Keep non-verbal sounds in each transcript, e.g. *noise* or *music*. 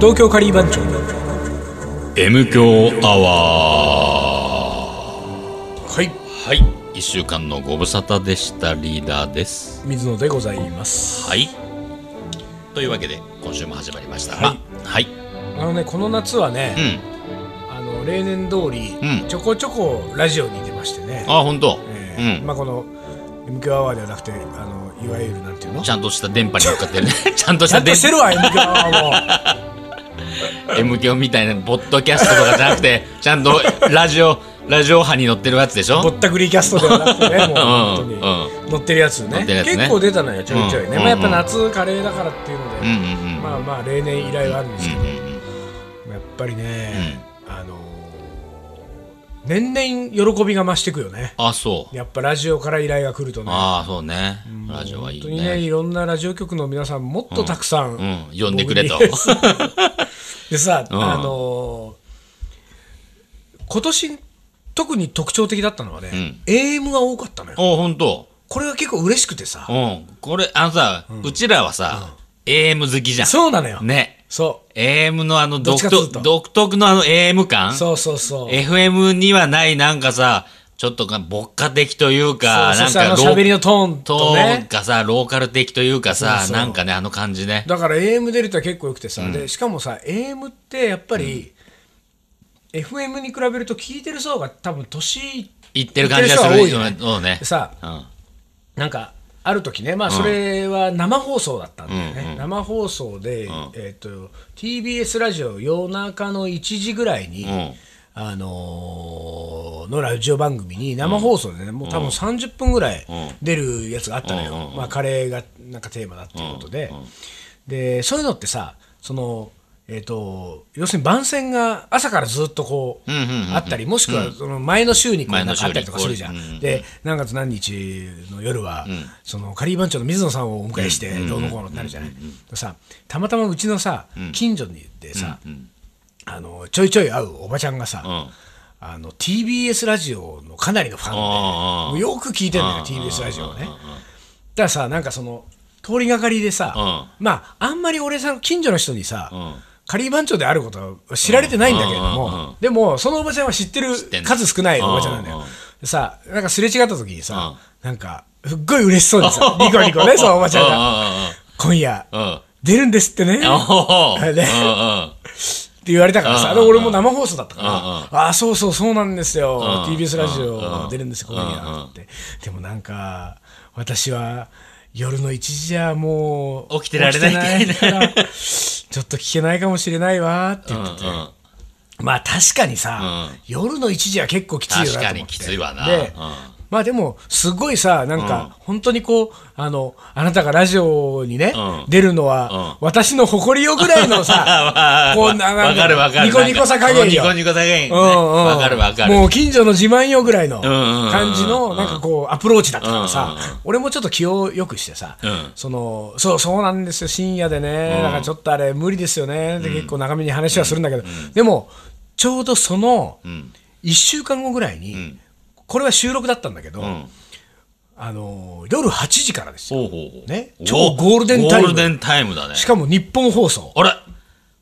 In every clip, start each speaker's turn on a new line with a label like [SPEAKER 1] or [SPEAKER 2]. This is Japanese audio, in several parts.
[SPEAKER 1] 東京カリー番長
[SPEAKER 2] M 強アワ
[SPEAKER 1] はい
[SPEAKER 2] ーはい1週間のご無沙汰でしたリーダーです
[SPEAKER 1] 水野でございます
[SPEAKER 2] はいというわけで今週も始まりました
[SPEAKER 1] はい
[SPEAKER 2] あはい
[SPEAKER 1] あのねこの夏はね、
[SPEAKER 2] うん
[SPEAKER 1] あの例年通り、
[SPEAKER 2] うん
[SPEAKER 1] ちょこちょこラジオに出ましてね
[SPEAKER 2] あ本当、
[SPEAKER 1] えー
[SPEAKER 2] うん
[SPEAKER 1] まあこの MQ アワーではなくてあのいわゆるなんていうの
[SPEAKER 2] ちゃんとした電波に向かってねちゃんとし
[SPEAKER 1] ちゃ
[SPEAKER 2] た
[SPEAKER 1] んと
[SPEAKER 2] 電
[SPEAKER 1] してるわ MQ アワーも
[SPEAKER 2] M 強みたいなポッドキャストとかじゃなくてちゃんとラジオラジオ波に乗ってるやつで *laughs* し
[SPEAKER 1] ぼ
[SPEAKER 2] ょ
[SPEAKER 1] ったくりキャストではなくて
[SPEAKER 2] *laughs*
[SPEAKER 1] ねもう本当に、
[SPEAKER 2] うん
[SPEAKER 1] 乗ってるやつね
[SPEAKER 2] 乗ってるやつね
[SPEAKER 1] 結構出たのよちょいちょいね、
[SPEAKER 2] うん
[SPEAKER 1] まあ、やっぱ夏カレーだからっていうの
[SPEAKER 2] う
[SPEAKER 1] で、
[SPEAKER 2] んうんうん
[SPEAKER 1] まあまあ例年依頼はあるんですけど、
[SPEAKER 2] うんうん
[SPEAKER 1] やっぱりね、あのー年々喜びが増していくよね
[SPEAKER 2] あそう
[SPEAKER 1] やっぱラジオから依頼が来るとね
[SPEAKER 2] ああそうねラジオはい
[SPEAKER 1] 本
[SPEAKER 2] い
[SPEAKER 1] 当にねいろんなラジオ局の皆さんもっとたくさん、
[SPEAKER 2] うん呼んでくれ
[SPEAKER 1] *laughs*
[SPEAKER 2] と
[SPEAKER 1] 僕にでさ、
[SPEAKER 2] うん
[SPEAKER 1] あのー今年特に特徴的だったのはね、
[SPEAKER 2] うん
[SPEAKER 1] AM が多かったのよ
[SPEAKER 2] お本当
[SPEAKER 1] これが結構嬉しくてさ、
[SPEAKER 2] うん。これ、あのさ、うちらはさ、AM 好きじゃん。
[SPEAKER 1] そうなのよ、
[SPEAKER 2] ね。
[SPEAKER 1] そ
[SPEAKER 2] AM のあの
[SPEAKER 1] どっ
[SPEAKER 2] 独
[SPEAKER 1] ちかっつう
[SPEAKER 2] 特、
[SPEAKER 1] と
[SPEAKER 2] 独特のあの AM 感
[SPEAKER 1] うそうそうそう
[SPEAKER 2] ?FM にはないなんかさ、ちょっとか、牧歌的というか、
[SPEAKER 1] そう
[SPEAKER 2] なん
[SPEAKER 1] そう
[SPEAKER 2] かロ
[SPEAKER 1] そうあの喋りの
[SPEAKER 2] ー、
[SPEAKER 1] トーン
[SPEAKER 2] ト
[SPEAKER 1] と
[SPEAKER 2] ーン
[SPEAKER 1] ね
[SPEAKER 2] かさ、ローカル的というかさ
[SPEAKER 1] そう、そう
[SPEAKER 2] なんかね、あの感じね。
[SPEAKER 1] だから AM 出るとは結構よくてさ、でしかもさ AM ってやっぱり、FM に比べると聞いてる層が多分年いっ
[SPEAKER 2] 言ってる感じがする
[SPEAKER 1] 言ってる人が多いよね
[SPEAKER 2] そうね。
[SPEAKER 1] さ
[SPEAKER 2] うん。
[SPEAKER 1] なんかある時ねまあそれは生放送だったんだよね、生放送で、えー、と TBS ラジオ夜中の1時ぐらいに、
[SPEAKER 2] うん
[SPEAKER 1] あのーのラジオ番組に生放送でね、もう多分30分ぐらい出るやつがあったのよ、まあ、カレーがなんかテーマだっていうことで、でそういうのってさその、えー、と要するに番宣が朝からずっとこう,、
[SPEAKER 2] んうんうんうん
[SPEAKER 1] あったりもしくはその前の週にこう
[SPEAKER 2] 前
[SPEAKER 1] な
[SPEAKER 2] の
[SPEAKER 1] ん
[SPEAKER 2] 週
[SPEAKER 1] かあったりとかするじゃん。
[SPEAKER 2] にこううん
[SPEAKER 1] で何月何日の夜は、そのカリー番長の水野さんをお迎えしてどうのこうのってなるじゃない。さたまたまうちのさ近所にでさ、あのちょいちょい会うおばちゃんがさ、
[SPEAKER 2] ん
[SPEAKER 1] あの TBS ラジオのかなりのファンで、
[SPEAKER 2] ああ
[SPEAKER 1] もうよく聞いてんだよ TBS ラジオをね。だからさなんかその通りがかりでさ、まああんまり俺さ近所の人にさ、
[SPEAKER 2] ん
[SPEAKER 1] カリー番長であることは知られてないんだけれども、
[SPEAKER 2] うんうんうん
[SPEAKER 1] でもそのおばちゃんは知ってる
[SPEAKER 2] ってんだ
[SPEAKER 1] 数少ないおばちゃんなんだ
[SPEAKER 2] うん
[SPEAKER 1] よ
[SPEAKER 2] うん。
[SPEAKER 1] でさなんかすれ違った時にさ、なんかすっごい嬉しそうにさニコニコねそのおばちゃんが「今夜
[SPEAKER 2] うんうんうんうん。
[SPEAKER 1] 出るんですってね」
[SPEAKER 2] おほほ
[SPEAKER 1] あれね
[SPEAKER 2] うんうん
[SPEAKER 1] って言われたからさ、
[SPEAKER 2] うんうん
[SPEAKER 1] で俺も生放送だったから、
[SPEAKER 2] うん
[SPEAKER 1] ああ、そうそう、そうなんですよ、
[SPEAKER 2] うん
[SPEAKER 1] TBS ラジ
[SPEAKER 2] う
[SPEAKER 1] オ
[SPEAKER 2] ん
[SPEAKER 1] 出るんですよ、今夜、
[SPEAKER 2] うん
[SPEAKER 1] って。でもなんか、私は夜の1時じゃもう
[SPEAKER 2] 起きてられない
[SPEAKER 1] 起きてないから、ちょっと聞けないかもしれないわって言ってて、
[SPEAKER 2] うんうん
[SPEAKER 1] まあ確かにさ、
[SPEAKER 2] うん
[SPEAKER 1] 夜の1時は結構きついよなと思って
[SPEAKER 2] 確かにきついわな
[SPEAKER 1] で、
[SPEAKER 2] うん
[SPEAKER 1] まあでもすごいさなんか本当にこうあのあなたがラジオにね、
[SPEAKER 2] うん
[SPEAKER 1] 出るのは、私の誇りよぐらい
[SPEAKER 2] *laughs*
[SPEAKER 1] のさ
[SPEAKER 2] あ
[SPEAKER 1] こ
[SPEAKER 2] わ
[SPEAKER 1] うななん
[SPEAKER 2] かるわかる。
[SPEAKER 1] ニコニコさ加減よ
[SPEAKER 2] ニコニコさ加減。
[SPEAKER 1] うんうん
[SPEAKER 2] わかるわかる。
[SPEAKER 1] もう近所の自慢よぐらいの
[SPEAKER 2] んうんうんうん
[SPEAKER 1] 感じのなんかこうアプローチだったからさ
[SPEAKER 2] うんうんう、
[SPEAKER 1] 俺もちょっと気をよくしてさ
[SPEAKER 2] うん、
[SPEAKER 1] そのそうそうなんですよ、深夜でね、だからちょっとあれ、無理ですよねって結構長めに話はするんだけど、でも、ちょうどその1週間後ぐらいに、これは収録だったんだけど
[SPEAKER 2] ん、
[SPEAKER 1] あの夜8時からですよ、
[SPEAKER 2] ほうほうほう
[SPEAKER 1] ね
[SPEAKER 2] お
[SPEAKER 1] 超ゴールデンタイム
[SPEAKER 2] ゴールデンタイムだね。
[SPEAKER 1] しかも日本放送。
[SPEAKER 2] あら、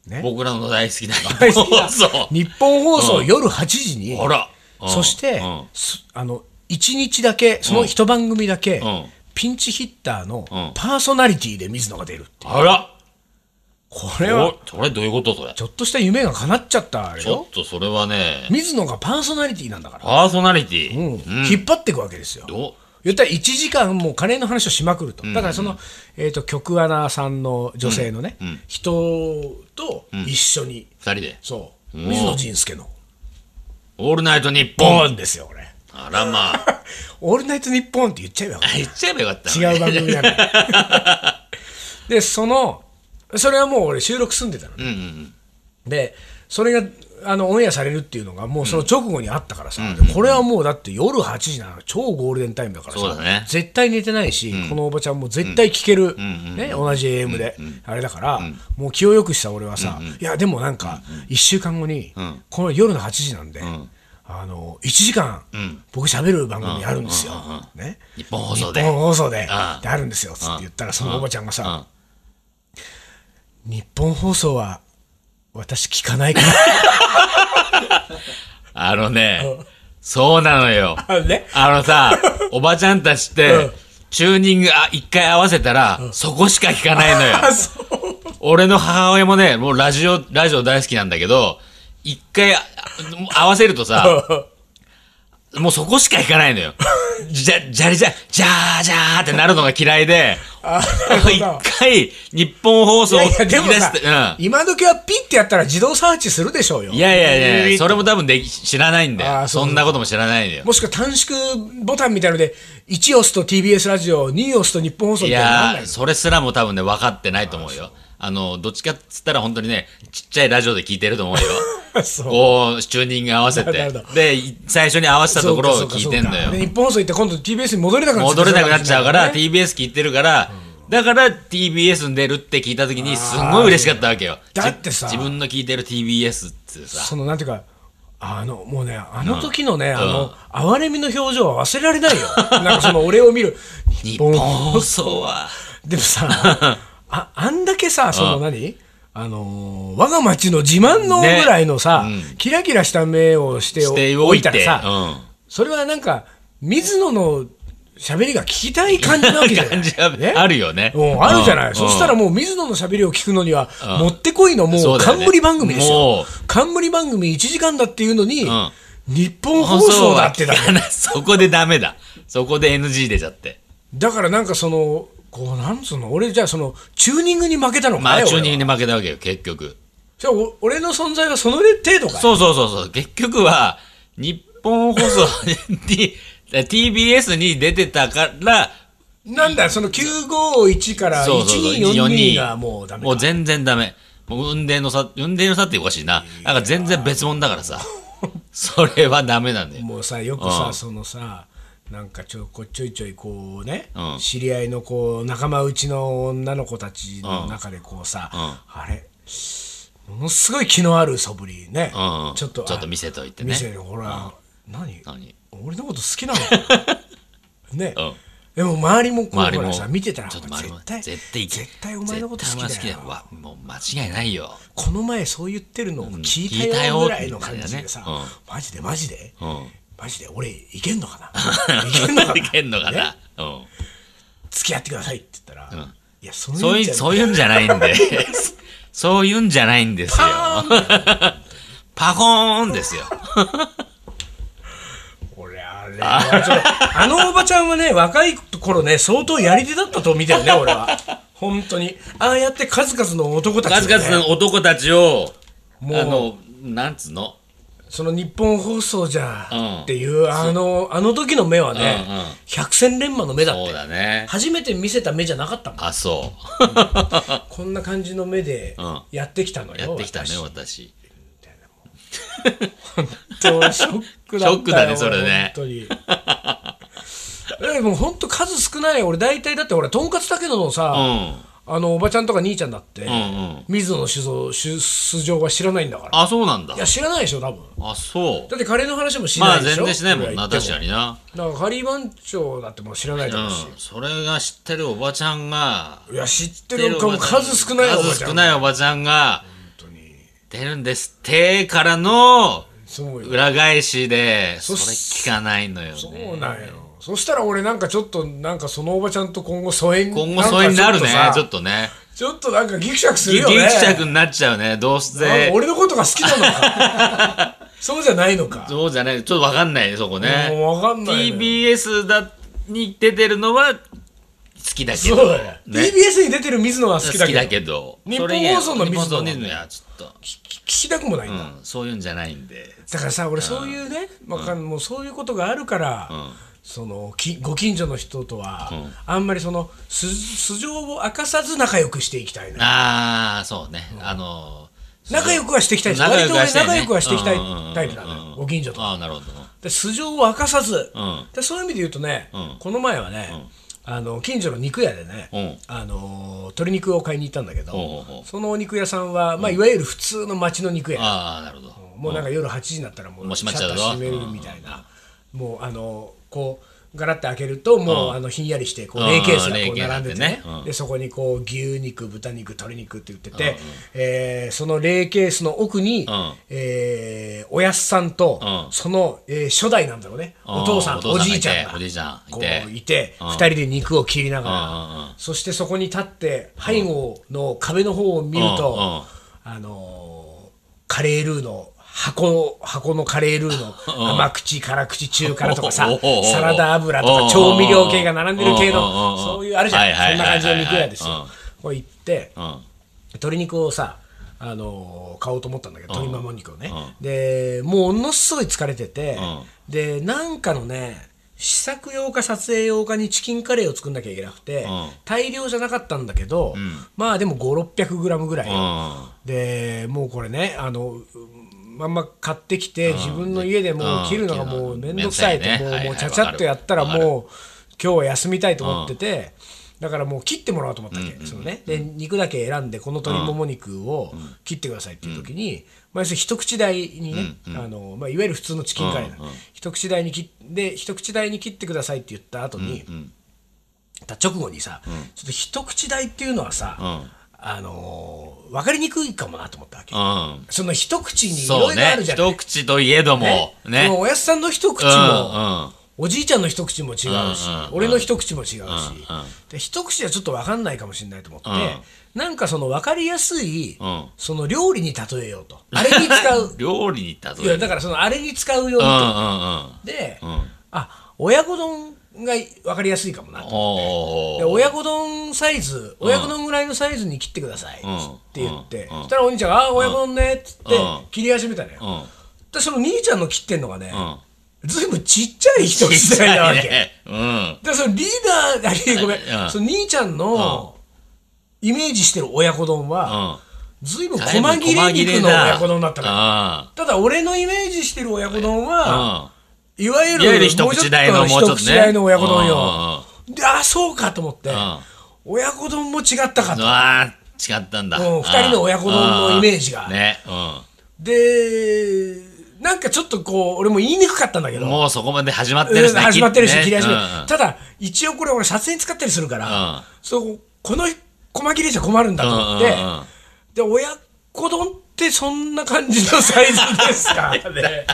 [SPEAKER 1] ね
[SPEAKER 2] 僕らの大好きな
[SPEAKER 1] *laughs* 大好きな
[SPEAKER 2] そう。
[SPEAKER 1] 日本放送夜8時に、
[SPEAKER 2] あら。うん
[SPEAKER 1] そして、
[SPEAKER 2] うん
[SPEAKER 1] すあの1日だけ、その一番組だけ、
[SPEAKER 2] ん
[SPEAKER 1] ピンチヒッターの
[SPEAKER 2] ん
[SPEAKER 1] パーソナリティで水野が出るっていう、
[SPEAKER 2] あら。
[SPEAKER 1] これは
[SPEAKER 2] おそれどういうことそれ。
[SPEAKER 1] ちょっとした夢が叶っちゃったあれ
[SPEAKER 2] ちょ
[SPEAKER 1] よ
[SPEAKER 2] っ、とそれはね、
[SPEAKER 1] 水野がパーソナリティなんだから、
[SPEAKER 2] パーソナリティ。
[SPEAKER 1] うん引っ張っていくわけですよ。
[SPEAKER 2] ど
[SPEAKER 1] 言ったら1時間もうカレーの話をしまくると、だからその、えー、と局アナさんの女性のね、人と一緒に、
[SPEAKER 2] 二人で。
[SPEAKER 1] そう、水野仁介の、
[SPEAKER 2] オールナイトニッ
[SPEAKER 1] ボ
[SPEAKER 2] ポン。
[SPEAKER 1] ーンですよ、俺。
[SPEAKER 2] あらま
[SPEAKER 1] *laughs*
[SPEAKER 2] あ。
[SPEAKER 1] オールナイトニッポンって言っちゃえばよかった
[SPEAKER 2] 言っちゃえばよかったのに。
[SPEAKER 1] 違う番組 *laughs* なんだでそのそれはもう俺収録済んでたのね、でそれがあのオンエアされるっていうのがもうその直後にあったからさ、でこれはもうだって夜8時なの超ゴールデンタイムだからさ
[SPEAKER 2] そうだね
[SPEAKER 1] 絶対寝てないし、このおばちゃんも絶対聞ける、ね、同じ AM で、あれだから、もう気をよくした俺はさ、いやでもなんか1週間後に、この夜の8時なんで、あの1時間、僕喋る番組あるんですよ、ね、
[SPEAKER 2] 日本放送
[SPEAKER 1] 日本
[SPEAKER 2] で。
[SPEAKER 1] 放送で
[SPEAKER 2] ああ
[SPEAKER 1] であるんですよつって言ったらそのおばちゃんがさ日本放送は私聞かないか
[SPEAKER 2] あのね、そうなのよ。
[SPEAKER 1] らね。
[SPEAKER 2] あの
[SPEAKER 1] *laughs*
[SPEAKER 2] さ、おばちゃんたちって、
[SPEAKER 1] うん
[SPEAKER 2] チューニングあ一回合わせたら、そこしか聞かない
[SPEAKER 1] *laughs*
[SPEAKER 2] のよ。
[SPEAKER 1] あ、そう。
[SPEAKER 2] 俺の母親もね、もうラジオ、ラジオ大好きなんだけど、一回あ合わせるとさ、もうそこしか弾かない
[SPEAKER 1] *laughs*
[SPEAKER 2] のよ。じゃ、じゃりじゃ、じゃーじゃーってなるのが嫌いで、一
[SPEAKER 1] なるほど
[SPEAKER 2] 回、日本放
[SPEAKER 1] い
[SPEAKER 2] 送を
[SPEAKER 1] やい
[SPEAKER 2] 聞
[SPEAKER 1] や、
[SPEAKER 2] き
[SPEAKER 1] で
[SPEAKER 2] 出
[SPEAKER 1] もさ
[SPEAKER 2] して、うん、。
[SPEAKER 1] 今時はピッてやったら自動サーチするでしょうよ。
[SPEAKER 2] いやいやいや、それ
[SPEAKER 1] も。
[SPEAKER 2] も多分でき知らないんだ
[SPEAKER 1] あ
[SPEAKER 2] よ。
[SPEAKER 1] ーそう
[SPEAKER 2] そんなことも知らないのよ。
[SPEAKER 1] もしくは短縮ボタンみたいので、1押すと TBS ラジオ、2押すと日本放送
[SPEAKER 2] い
[SPEAKER 1] みたいになん
[SPEAKER 2] や
[SPEAKER 1] ない
[SPEAKER 2] ー、
[SPEAKER 1] の
[SPEAKER 2] それすらも多分ね、分かってないと思うよ。あの、どっちかっつったら本当にね、ちっちゃいラジオで聞いてると思うよ。
[SPEAKER 1] *laughs* そう。
[SPEAKER 2] こう、チューニング合わせて
[SPEAKER 1] なるほ。ど
[SPEAKER 2] で、い最初に合わせたところを聞いてん
[SPEAKER 1] そうかそ
[SPEAKER 2] だ
[SPEAKER 1] うかそうかで
[SPEAKER 2] よ。
[SPEAKER 1] 日本放送行って今度 TBS に戻れなくなっちゃう
[SPEAKER 2] 戻れなくなっちゃうから、
[SPEAKER 1] ね
[SPEAKER 2] TBS 聞いてるから、だから TBS に出るって聞いたときに、すんごい嬉しかったわけよ。
[SPEAKER 1] だってさ
[SPEAKER 2] じ自分の聞いてる TBS ってさ。
[SPEAKER 1] そのなんていうか、あのもうね、あの時のね、あの、哀れみの表情は忘れられない
[SPEAKER 2] *laughs*
[SPEAKER 1] よ、なんかその俺を見る、
[SPEAKER 2] 日本放送は、
[SPEAKER 1] でもさ、ああんだけさ、その何あのー我が町の自慢のぐ
[SPEAKER 2] ね
[SPEAKER 1] らいのさ、キラキラした目をしてお
[SPEAKER 2] してお
[SPEAKER 1] い
[SPEAKER 2] い
[SPEAKER 1] たら
[SPEAKER 2] て。
[SPEAKER 1] さ、
[SPEAKER 2] うん
[SPEAKER 1] それはなんか、水野の喋りが聞きたい感じなわけじゃない
[SPEAKER 2] *laughs* 感じは
[SPEAKER 1] ね
[SPEAKER 2] あるよね。
[SPEAKER 1] うん、あるじゃない、
[SPEAKER 2] うん
[SPEAKER 1] そしたらもう水野のしゃべりを聞くのには、もってこいのも
[SPEAKER 2] そううだよね
[SPEAKER 1] 冠番組ですよ
[SPEAKER 2] も、
[SPEAKER 1] 冠番組1時間だっていうのに、
[SPEAKER 2] ん
[SPEAKER 1] 日本放送だってだ
[SPEAKER 2] 放送は聞かないそこでダメだ。そこで NG 出ちゃって。
[SPEAKER 1] だからなんかその、こうなんつうの、俺、じゃあその、チューニングに負けたのか
[SPEAKER 2] ま
[SPEAKER 1] ね、
[SPEAKER 2] あ、
[SPEAKER 1] 俺
[SPEAKER 2] チュー
[SPEAKER 1] は
[SPEAKER 2] ニングに負けたわけよ、結局。
[SPEAKER 1] じゃあお俺の存在はその程度かい
[SPEAKER 2] そうそうそうそう。結局は、日本放送に、TBS に出てたから、
[SPEAKER 1] なんだ、その951から
[SPEAKER 2] そうそうそう
[SPEAKER 1] 1242がもうダメ
[SPEAKER 2] もう
[SPEAKER 1] か。
[SPEAKER 2] 全然ダメ。もう運転の差、運転の差っておかしいな。なんか全然別物だからさ。それはダメなんだよ。
[SPEAKER 1] もうさ、よくさ、
[SPEAKER 2] うん
[SPEAKER 1] そのさ、なんかちょこちょいちょいこうね、
[SPEAKER 2] うん
[SPEAKER 1] 知り合いのこう仲間内の女の子たちの中でこうさ、あれ、ものすごい気のある素振りね、
[SPEAKER 2] うん。
[SPEAKER 1] ちょっと、
[SPEAKER 2] ちょっと
[SPEAKER 1] あ
[SPEAKER 2] 見せといてね
[SPEAKER 1] 見。せてほら、何
[SPEAKER 2] 何
[SPEAKER 1] 俺のこと好
[SPEAKER 2] *laughs*
[SPEAKER 1] きなのね、
[SPEAKER 2] うん
[SPEAKER 1] でも周りもこう
[SPEAKER 2] 周り
[SPEAKER 1] ほら
[SPEAKER 2] も。
[SPEAKER 1] さ見てたら
[SPEAKER 2] ちょっと周りも
[SPEAKER 1] 絶対
[SPEAKER 2] 絶対いけ
[SPEAKER 1] 絶対お前のこと好き
[SPEAKER 2] 絶
[SPEAKER 1] だ
[SPEAKER 2] 対
[SPEAKER 1] よ
[SPEAKER 2] お前好きだよわもう間違いないよ。
[SPEAKER 1] この前そう言ってるのを聞
[SPEAKER 2] 聞
[SPEAKER 1] い
[SPEAKER 2] い
[SPEAKER 1] た
[SPEAKER 2] た
[SPEAKER 1] よ
[SPEAKER 2] よ
[SPEAKER 1] ぐらいの感じでさ、
[SPEAKER 2] みたいなね
[SPEAKER 1] マジでマジで、
[SPEAKER 2] うん。
[SPEAKER 1] マジで俺いけんのか
[SPEAKER 2] *laughs*
[SPEAKER 1] ないけんのかない
[SPEAKER 2] けんのか
[SPEAKER 1] ね
[SPEAKER 2] な。うん。
[SPEAKER 1] 付き合ってくださいって言ったら、いやそう
[SPEAKER 2] そう
[SPEAKER 1] いうん
[SPEAKER 2] いう、
[SPEAKER 1] じゃ
[SPEAKER 2] そういうんじゃないんで。そういうんじゃないんですよ。パコーンですよ。
[SPEAKER 1] 俺あれはちょっと *laughs* あのおばちゃんはね若い頃ね相当やり手だったと見てるね俺は本当にああやって数々の男たち
[SPEAKER 2] 数
[SPEAKER 1] が
[SPEAKER 2] 々
[SPEAKER 1] ね
[SPEAKER 2] の男たちを、
[SPEAKER 1] もう
[SPEAKER 2] あの、なんつうの
[SPEAKER 1] その日本放送じゃ
[SPEAKER 2] うん
[SPEAKER 1] っていう、あのあの時の目はね、
[SPEAKER 2] うんうん
[SPEAKER 1] 百戦錬磨の目だっ
[SPEAKER 2] そう
[SPEAKER 1] て
[SPEAKER 2] だね。
[SPEAKER 1] 初めて見せた目じゃなかったもん
[SPEAKER 2] あ、そ
[SPEAKER 1] こんな感じの目で
[SPEAKER 2] うん
[SPEAKER 1] やってきたの
[SPEAKER 2] う。
[SPEAKER 1] よ、
[SPEAKER 2] やってきたね
[SPEAKER 1] 私、
[SPEAKER 2] 私。
[SPEAKER 1] 本当ショックだったよ
[SPEAKER 2] ショックだねそれね
[SPEAKER 1] 本当に *laughs* えもう本当数少ない俺大体だって俺とんかつだけどのさ、
[SPEAKER 2] うん。
[SPEAKER 1] あのおばちゃんとか兄ちゃんだって、
[SPEAKER 2] ん
[SPEAKER 1] 水野の酒造酒素性は知らないんだから
[SPEAKER 2] あ、そうなんだ
[SPEAKER 1] いや。知らないでしょ多分
[SPEAKER 2] あ、そう。
[SPEAKER 1] だってカレーの話もし
[SPEAKER 2] ま
[SPEAKER 1] な
[SPEAKER 2] あ、
[SPEAKER 1] いでしょ、
[SPEAKER 2] 全然しないもんな、
[SPEAKER 1] 俺は言っ
[SPEAKER 2] 確
[SPEAKER 1] て
[SPEAKER 2] かにな。
[SPEAKER 1] だからカリー番長だってもう知らないだ
[SPEAKER 2] う
[SPEAKER 1] ろ
[SPEAKER 2] ん
[SPEAKER 1] うし、。
[SPEAKER 2] それが知ってるおばちゃんが、
[SPEAKER 1] いや知ってるかも数少ないおばち
[SPEAKER 2] 数
[SPEAKER 1] ゃ
[SPEAKER 2] 少
[SPEAKER 1] ん
[SPEAKER 2] ないおばちゃんが、
[SPEAKER 1] 本当に
[SPEAKER 2] 出るんですってからの、
[SPEAKER 1] そうよ
[SPEAKER 2] 裏返しで、そ
[SPEAKER 1] そ
[SPEAKER 2] れ聞かないのよ
[SPEAKER 1] そう
[SPEAKER 2] ね。
[SPEAKER 1] なんよ。そしたら俺なんかちょっとなんかそのおばちゃんと今後疎遠
[SPEAKER 2] 今後そうになるね
[SPEAKER 1] んか、
[SPEAKER 2] ち
[SPEAKER 1] ちょ
[SPEAKER 2] ょ
[SPEAKER 1] っ
[SPEAKER 2] っ
[SPEAKER 1] とさ
[SPEAKER 2] とね。
[SPEAKER 1] ちょっとなんかギクシャクする
[SPEAKER 2] ぎぎ
[SPEAKER 1] よね。
[SPEAKER 2] くしゃくになっちゃうね、どう
[SPEAKER 1] なんか
[SPEAKER 2] せ。
[SPEAKER 1] 俺のことが好きなのか。
[SPEAKER 2] *laughs*
[SPEAKER 1] そうじゃないのか。
[SPEAKER 2] そうじゃない、ちょっとわかんないね、そこね。
[SPEAKER 1] もうわかんないのよ
[SPEAKER 2] TBS だに出てるのは好きだけど。
[SPEAKER 1] そうだよ。
[SPEAKER 2] ね
[SPEAKER 1] TBS に出てる水野は好き
[SPEAKER 2] 好
[SPEAKER 1] だ
[SPEAKER 2] き
[SPEAKER 1] けど。
[SPEAKER 2] だ
[SPEAKER 1] 聞
[SPEAKER 2] けど。
[SPEAKER 1] 日
[SPEAKER 2] そ
[SPEAKER 1] 本
[SPEAKER 2] れ以外
[SPEAKER 1] 放送の
[SPEAKER 2] 日
[SPEAKER 1] 水
[SPEAKER 2] 本放
[SPEAKER 1] 野
[SPEAKER 2] 送
[SPEAKER 1] は
[SPEAKER 2] の
[SPEAKER 1] ね
[SPEAKER 2] 水野はちょっと、
[SPEAKER 1] き聞きたくもないん
[SPEAKER 2] う
[SPEAKER 1] だ。
[SPEAKER 2] ん、そういうんじゃないんで。
[SPEAKER 1] だからさ、俺そういうね、まあかん、もうそういうことがあるから、そのきご近所の人とは、あんまりその素素性を明かさず仲良くしていきたいな。
[SPEAKER 2] ああ、そうね。あの、
[SPEAKER 1] 仲良くはしていきたいです。
[SPEAKER 2] 仲
[SPEAKER 1] 割
[SPEAKER 2] 良
[SPEAKER 1] と
[SPEAKER 2] くは
[SPEAKER 1] 俺
[SPEAKER 2] したいね
[SPEAKER 1] 仲良くはしていきたい
[SPEAKER 2] うんうんうん
[SPEAKER 1] タイプなのよ。ご近所とは
[SPEAKER 2] ああ、なるほど。
[SPEAKER 1] で素性を明かさず、
[SPEAKER 2] ん
[SPEAKER 1] でそういう意味で言うとね、この前はね、あの近所の肉屋でね、
[SPEAKER 2] うん
[SPEAKER 1] あのー鶏肉を買いに行ったんだけど、
[SPEAKER 2] ほうほうほう
[SPEAKER 1] そのお肉屋さんは、まあ、いわゆる普通の町の肉屋、
[SPEAKER 2] ああ、なるほど。
[SPEAKER 1] もうなんか夜8時になったらも
[SPEAKER 2] も
[SPEAKER 1] う
[SPEAKER 2] う
[SPEAKER 1] シ
[SPEAKER 2] 閉
[SPEAKER 1] ャ
[SPEAKER 2] まっちゃ
[SPEAKER 1] ッ
[SPEAKER 2] う
[SPEAKER 1] タ
[SPEAKER 2] だ
[SPEAKER 1] ー
[SPEAKER 2] ろ
[SPEAKER 1] 閉めるみたいな、もうあのーこうガラッて開けるともう、あのひんやりしてこう冷ケースが
[SPEAKER 2] うん
[SPEAKER 1] こ
[SPEAKER 2] うん
[SPEAKER 1] う並んでて
[SPEAKER 2] 冷
[SPEAKER 1] ね
[SPEAKER 2] ケースなんてねうん
[SPEAKER 1] でそこにこう牛肉豚肉鶏肉って売ってて、えーその冷ケースの奥に、
[SPEAKER 2] ん
[SPEAKER 1] えーおやっさんと、
[SPEAKER 2] うん
[SPEAKER 1] その、えー初代なんだろうね、お父さん
[SPEAKER 2] お
[SPEAKER 1] お
[SPEAKER 2] 父さんがいて
[SPEAKER 1] じいちゃんが
[SPEAKER 2] おじいちゃんい
[SPEAKER 1] こ
[SPEAKER 2] て
[SPEAKER 1] ういて二人で肉を切りながら、
[SPEAKER 2] うんうんうん
[SPEAKER 1] そしてそこに立って背後の壁の方を見ると、あのーカレールーの箱箱のカレールーの甘口辛口中辛とかさ
[SPEAKER 2] おうおうおうおう
[SPEAKER 1] サラダ油とか調味料系が並んでる系の
[SPEAKER 2] おうおうおうおう
[SPEAKER 1] そういうあるじゃん、
[SPEAKER 2] はいはいは
[SPEAKER 1] そ
[SPEAKER 2] い
[SPEAKER 1] んな感じの肉屋です
[SPEAKER 2] はい
[SPEAKER 1] よ
[SPEAKER 2] はいは。
[SPEAKER 1] これ行って
[SPEAKER 2] うんうん
[SPEAKER 1] 鶏肉をさあのー買おうと思ったんだけど鶏もも肉をね、でもうものすごい疲れてて、でなんかのね試作用か撮影用かにチキンカレーを作んなきゃいけなくて、
[SPEAKER 2] ん
[SPEAKER 1] 大量じゃなかったんだけど、まあでも5 6 0 0ムぐらい、
[SPEAKER 2] うん
[SPEAKER 1] でもうこれねあのうまんま買ってきて、自分の家でもう切るのがもう面倒くさいと、
[SPEAKER 2] うん
[SPEAKER 1] もう,、
[SPEAKER 2] 面倒くさいねはい
[SPEAKER 1] も
[SPEAKER 2] は
[SPEAKER 1] う
[SPEAKER 2] い
[SPEAKER 1] ちゃちゃっとやったら
[SPEAKER 2] わかる
[SPEAKER 1] もう今日は休みたいと思ってて、だからもう切ってもらおうと思ったわけ、そのね、で肉だけ選んでこの鶏もも肉を切ってくださいっていう時に、まあ、要するに一口大にね、あのまあ、いわゆる普通のチキンカレーなの、一口大に切で一口大に切ってくださいって言った後に、た直後にさ、ちょっと一口大っていうのはさ、
[SPEAKER 2] ん
[SPEAKER 1] あのー分かりにくいかもなと思ったわけ、
[SPEAKER 2] うん
[SPEAKER 1] その一口にいろ
[SPEAKER 2] そう
[SPEAKER 1] いろあ
[SPEAKER 2] ね
[SPEAKER 1] るじゃない、
[SPEAKER 2] 一口といえどもね
[SPEAKER 1] そのおやすさんの一口
[SPEAKER 2] うんう
[SPEAKER 1] も、
[SPEAKER 2] ん
[SPEAKER 1] おじいちゃんの一口も違うし、
[SPEAKER 2] うんうん
[SPEAKER 1] 俺の一口も違うし、で一口じゃちょっと分かんないかもしれないと思って、なんかその分かりやすい、
[SPEAKER 2] ん
[SPEAKER 1] その料理に例えようとあれに使
[SPEAKER 2] *laughs*
[SPEAKER 1] う
[SPEAKER 2] 料理に例
[SPEAKER 1] い
[SPEAKER 2] え
[SPEAKER 1] や
[SPEAKER 2] る
[SPEAKER 1] だからそのあれに使うよう
[SPEAKER 2] う
[SPEAKER 1] に
[SPEAKER 2] んう
[SPEAKER 1] と
[SPEAKER 2] んう
[SPEAKER 1] 思っ
[SPEAKER 2] ん
[SPEAKER 1] て、で、
[SPEAKER 2] ん
[SPEAKER 1] あ親子丼が分かりやすいかもなと
[SPEAKER 2] お
[SPEAKER 1] で
[SPEAKER 2] ー
[SPEAKER 1] 親子丼サイズ、親子丼ぐらいのサイズに切ってくださいっ
[SPEAKER 2] ん
[SPEAKER 1] つって言って、
[SPEAKER 2] うん
[SPEAKER 1] そしたらお兄ちゃんが、ああ、親子丼ねっつって
[SPEAKER 2] うん
[SPEAKER 1] 切り始めたのよ。
[SPEAKER 2] うん
[SPEAKER 1] で、その兄ちゃんの切ってんのがね、
[SPEAKER 2] うん
[SPEAKER 1] ずいぶんちっちゃい人み
[SPEAKER 2] ちったち
[SPEAKER 1] いな
[SPEAKER 2] ゃ
[SPEAKER 1] わ
[SPEAKER 2] い
[SPEAKER 1] け。
[SPEAKER 2] ねうん
[SPEAKER 1] で、そのリーダー、あごめん、
[SPEAKER 2] うん
[SPEAKER 1] その兄ちゃんのイメージしてる親子丼は、
[SPEAKER 2] うん
[SPEAKER 1] ずいぶん細切れ肉の親子丼だったから。
[SPEAKER 2] ら
[SPEAKER 1] ただ、俺のイメージしてる親子丼は、
[SPEAKER 2] うん
[SPEAKER 1] いわゆる
[SPEAKER 2] いわゆる一口大のもうちょっとね
[SPEAKER 1] 一口大の親子丼
[SPEAKER 2] うん
[SPEAKER 1] よ。で、あ、そうかと思って
[SPEAKER 2] ん、
[SPEAKER 1] 親子丼も違ったかと
[SPEAKER 2] う。わー違ったんだ
[SPEAKER 1] うん
[SPEAKER 2] うん
[SPEAKER 1] 二人の親子丼のイメージが
[SPEAKER 2] ねうん
[SPEAKER 1] で、なんかちょっとこう、俺も言いにくかったんだけど、
[SPEAKER 2] もうそこまで始まってるしね、
[SPEAKER 1] 始まってるし、切り始め、
[SPEAKER 2] うんうん
[SPEAKER 1] ただ、一応これ、俺、撮影に使ったりするから、
[SPEAKER 2] うん
[SPEAKER 1] そうこの細切れじゃ困るんだと思って、
[SPEAKER 2] うんうんうん
[SPEAKER 1] で、親子丼ってそんな感じのサイズですか
[SPEAKER 2] *laughs*
[SPEAKER 1] ね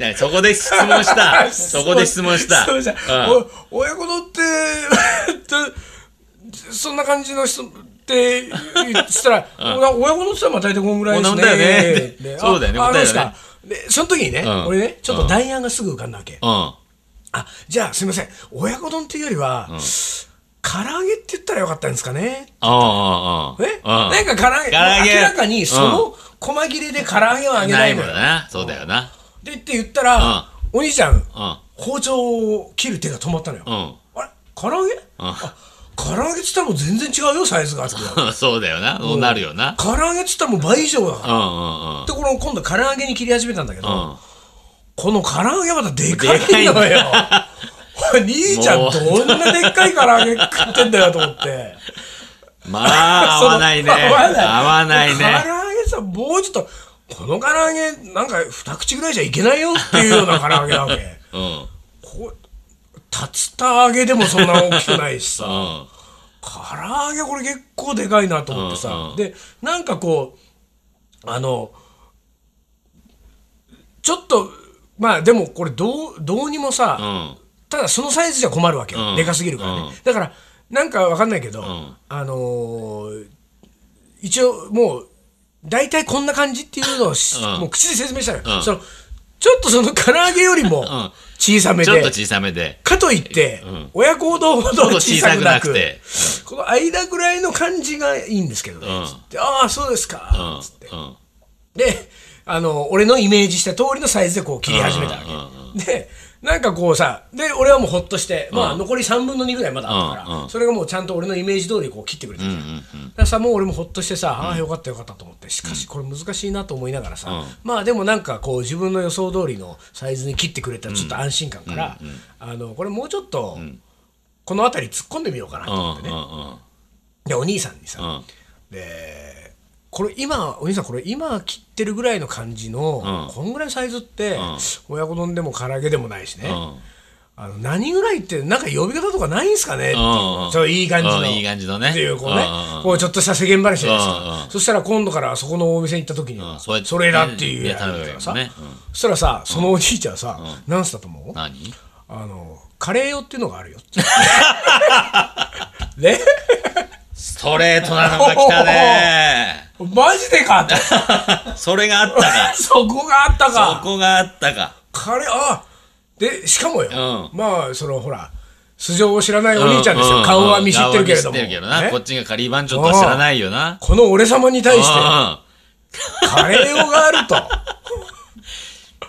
[SPEAKER 2] ねそこで質問し
[SPEAKER 1] *laughs*
[SPEAKER 2] た。そこで質問した。
[SPEAKER 1] そうじゃ
[SPEAKER 2] うん
[SPEAKER 1] お親子丼ってとそんな感じの人って言ったら、お親子丼って言ったらまあ大体こんぐらいです
[SPEAKER 2] こん
[SPEAKER 1] ね。
[SPEAKER 2] なもんだよね
[SPEAKER 1] で
[SPEAKER 2] そうだよね
[SPEAKER 1] ああそう
[SPEAKER 2] 答えだね
[SPEAKER 1] ですか。で、その時にね、
[SPEAKER 2] ん
[SPEAKER 1] 俺ね、ちょっと代案がすぐ浮かんだわけ。
[SPEAKER 2] うん。
[SPEAKER 1] あ、じゃあすみません。親子丼っていうよりは、唐揚げって言ったらよかったんですかね。
[SPEAKER 2] うんうんうん。
[SPEAKER 1] え、なんか唐揚げ、
[SPEAKER 2] 唐揚げ
[SPEAKER 1] 明らかにその細切れで唐揚げはあげな
[SPEAKER 2] ないい
[SPEAKER 1] の
[SPEAKER 2] も
[SPEAKER 1] よ。
[SPEAKER 2] んな。そうだよな。
[SPEAKER 1] でって言ったら、お兄ちゃん、
[SPEAKER 2] うん。
[SPEAKER 1] 包丁を切る手が止まったのよ。
[SPEAKER 2] うん
[SPEAKER 1] あれ唐揚げ、あ唐揚げっつったらもう全然違うよ、サイズがって。
[SPEAKER 2] *laughs* そうだよな。そうなるよな。
[SPEAKER 1] 唐揚げっつったらもう倍以上だか
[SPEAKER 2] う
[SPEAKER 1] ら。
[SPEAKER 2] んうんうん。
[SPEAKER 1] で、この今度唐揚げに切り始めたんだけど、
[SPEAKER 2] うん
[SPEAKER 1] この唐揚げまたでか
[SPEAKER 2] でか
[SPEAKER 1] い
[SPEAKER 2] いん
[SPEAKER 1] のよ
[SPEAKER 2] だ。
[SPEAKER 1] *laughs* おい兄ちゃん
[SPEAKER 2] もう
[SPEAKER 1] どんなでっかい唐揚げ食ってんだよと思って。
[SPEAKER 2] まあ、 *laughs* 合わない
[SPEAKER 1] *laughs*
[SPEAKER 2] ね。
[SPEAKER 1] その
[SPEAKER 2] 合わない
[SPEAKER 1] 唐
[SPEAKER 2] ね。
[SPEAKER 1] 揚げさ、もうちょっと、この唐揚げ、なんか二口ぐらいじゃいけないよっていうような唐揚げなわけ。
[SPEAKER 2] うん。うん。
[SPEAKER 1] こう竜田揚げでもそんな大きくないしさ、唐揚げこれ結構でかいなと思ってさ、
[SPEAKER 2] うんうん
[SPEAKER 1] で、なんかこう、あの、ちょっと、まあでもこれどう、どうにもさ、
[SPEAKER 2] うん。
[SPEAKER 1] ただそのサイズじゃ困るわけよ、
[SPEAKER 2] うん
[SPEAKER 1] でかすぎるからね、
[SPEAKER 2] うん
[SPEAKER 1] だからなんかわかんないけど、
[SPEAKER 2] ん
[SPEAKER 1] あのー一応もう大体こんな感じっていうのをし、
[SPEAKER 2] うん
[SPEAKER 1] もう口で説明したのよ、
[SPEAKER 2] うん
[SPEAKER 1] そのちょっとその唐揚げよりも
[SPEAKER 2] ん
[SPEAKER 1] 小さめ
[SPEAKER 2] ち
[SPEAKER 1] で、
[SPEAKER 2] ょっと小さめで。
[SPEAKER 1] かといって、親子ほどほど小さくなく
[SPEAKER 2] 小さくなくて
[SPEAKER 1] この間ぐらいの感じがいいんですけどね、
[SPEAKER 2] うん
[SPEAKER 1] つってああそうです
[SPEAKER 2] う
[SPEAKER 1] か、
[SPEAKER 2] ん。
[SPEAKER 1] つって
[SPEAKER 2] うん。
[SPEAKER 1] であの俺のイメージした通りのサイズでこう切り始めたわけ、
[SPEAKER 2] うん
[SPEAKER 1] でなんかこうさで俺はもうほっとして、まあ残り3分の2ぐらいまだあったから、
[SPEAKER 2] うんうん
[SPEAKER 1] それがもうちゃんと俺のイメージ通りこう切ってくれたじゃん、だからさもう俺もほっとしてさ、ああよかったよかったと思ってしかしこれ難しいなと思いながらさ、まあでもなんかこう自分の予想通りのサイズに切ってくれたらちょっと安心感から、あのこれもうちょっと、この辺り突っ込んでみようかなと
[SPEAKER 2] うん。うん
[SPEAKER 1] 思ってね、でお兄さんにさ、
[SPEAKER 2] うん。うん。
[SPEAKER 1] でこれ今お兄さんこれ今切ってるぐらいの感じの、
[SPEAKER 2] うん
[SPEAKER 1] こんぐらいのサイズって、親子丼でも唐揚げでもないしね、
[SPEAKER 2] うん
[SPEAKER 1] あの何ぐらいってなんか呼び方とかないんすかねっていううん
[SPEAKER 2] うん
[SPEAKER 1] ちょっといい感じの
[SPEAKER 2] うんいい感じのね
[SPEAKER 1] っていうこうね
[SPEAKER 2] うんうんうん
[SPEAKER 1] こうちょっとした世間話じゃないです
[SPEAKER 2] うんう
[SPEAKER 1] かそしたら今度からそこのお店行った時に
[SPEAKER 2] う
[SPEAKER 1] は
[SPEAKER 2] んそうやって
[SPEAKER 1] それだっていう
[SPEAKER 2] ね
[SPEAKER 1] やつだからさ
[SPEAKER 2] いや頼めばいいもんね
[SPEAKER 1] そしたらさそのおじいちゃんさ何すだと思う
[SPEAKER 2] 何
[SPEAKER 1] あのカレー用っていうのがあるよって *laughs* ね
[SPEAKER 2] ストレートなのが来
[SPEAKER 1] *laughs*
[SPEAKER 2] たね
[SPEAKER 1] マジで
[SPEAKER 2] *laughs*
[SPEAKER 1] かって
[SPEAKER 2] それがあった
[SPEAKER 1] *laughs*
[SPEAKER 2] か
[SPEAKER 1] そこがあったか
[SPEAKER 2] そこがあったか
[SPEAKER 1] カレーあでしかもよ、
[SPEAKER 2] う
[SPEAKER 1] まあそのほら素性を知らないお兄ちゃんですよ、
[SPEAKER 2] うう
[SPEAKER 1] 顔は見知ってるけれども、
[SPEAKER 2] 顔は見知ってるけどな
[SPEAKER 1] ね
[SPEAKER 2] こっちがカリー番長とは知らないよな
[SPEAKER 1] この俺様に対して
[SPEAKER 2] う
[SPEAKER 1] カレー用があると
[SPEAKER 2] ん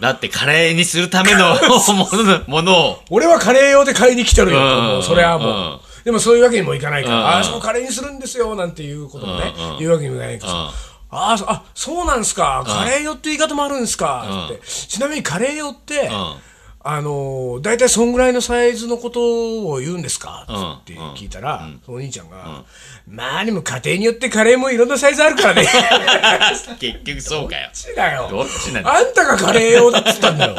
[SPEAKER 2] だってカレーにするた
[SPEAKER 1] *laughs*
[SPEAKER 2] めのものものを *laughs*
[SPEAKER 1] 俺はカレー用で買いに来てるよと、
[SPEAKER 2] うん
[SPEAKER 1] もうそれはもう、
[SPEAKER 2] うん
[SPEAKER 1] でもそういうわけにもいかないから、
[SPEAKER 2] うん
[SPEAKER 1] ああそこカレーにするんですよなんていうこともね、
[SPEAKER 2] うん
[SPEAKER 1] 言うわけにもいかないからさ、
[SPEAKER 2] うん
[SPEAKER 1] ああそあそうなんすか、カレー用って言い方もあるんすか、ってちなみにカレー用って、
[SPEAKER 2] ん
[SPEAKER 1] あのー大体そんぐらいのサイズのことを言うんですか、
[SPEAKER 2] ん
[SPEAKER 1] って聞いたら、そのお兄ちゃんが、まあでも家庭によってカレーもいろんなサイズあるから
[SPEAKER 2] *laughs*
[SPEAKER 1] ね
[SPEAKER 2] 結局そうかよ
[SPEAKER 1] どっちだよ
[SPEAKER 2] どっちなの
[SPEAKER 1] あんたがカレー用だっつったんだよ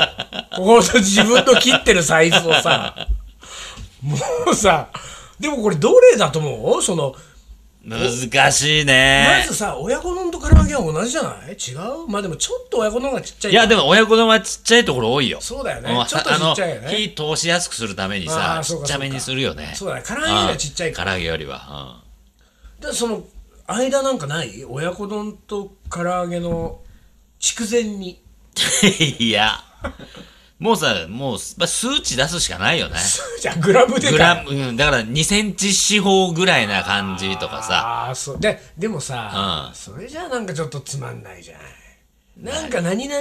[SPEAKER 1] この自分の切ってるサイズをさもうさでもこれどれだと思うその
[SPEAKER 2] 難しい
[SPEAKER 1] ま
[SPEAKER 2] ね
[SPEAKER 1] ずさ親子丼と唐揚げは同じじゃない違うまあでもちょっと親子丼がちっちゃい
[SPEAKER 2] いやでも親子丼はちっちゃいところ多いよ
[SPEAKER 1] そうだよね
[SPEAKER 2] ん
[SPEAKER 1] ちょっとちっちゃいよね
[SPEAKER 2] あの火通しやすくするために
[SPEAKER 1] あ
[SPEAKER 2] さ
[SPEAKER 1] ー
[SPEAKER 2] ち
[SPEAKER 1] そう
[SPEAKER 2] っ
[SPEAKER 1] か
[SPEAKER 2] ちゃめにするよね
[SPEAKER 1] そうだね唐揚げよりはちっちゃいか
[SPEAKER 2] からら唐揚げよりは
[SPEAKER 1] でその間なんかない親子丼と唐揚げの筑前煮 *laughs*
[SPEAKER 2] うん *laughs* いやもうさもう、まあ、数値出すしかないよね
[SPEAKER 1] じゃあグラムでか
[SPEAKER 2] グラム、うん、だから2センチ四方ぐらいな感じとかさ
[SPEAKER 1] ああそうででもさ、
[SPEAKER 2] うん
[SPEAKER 1] それじゃあなんかちょっとつまんないじゃないなんか何々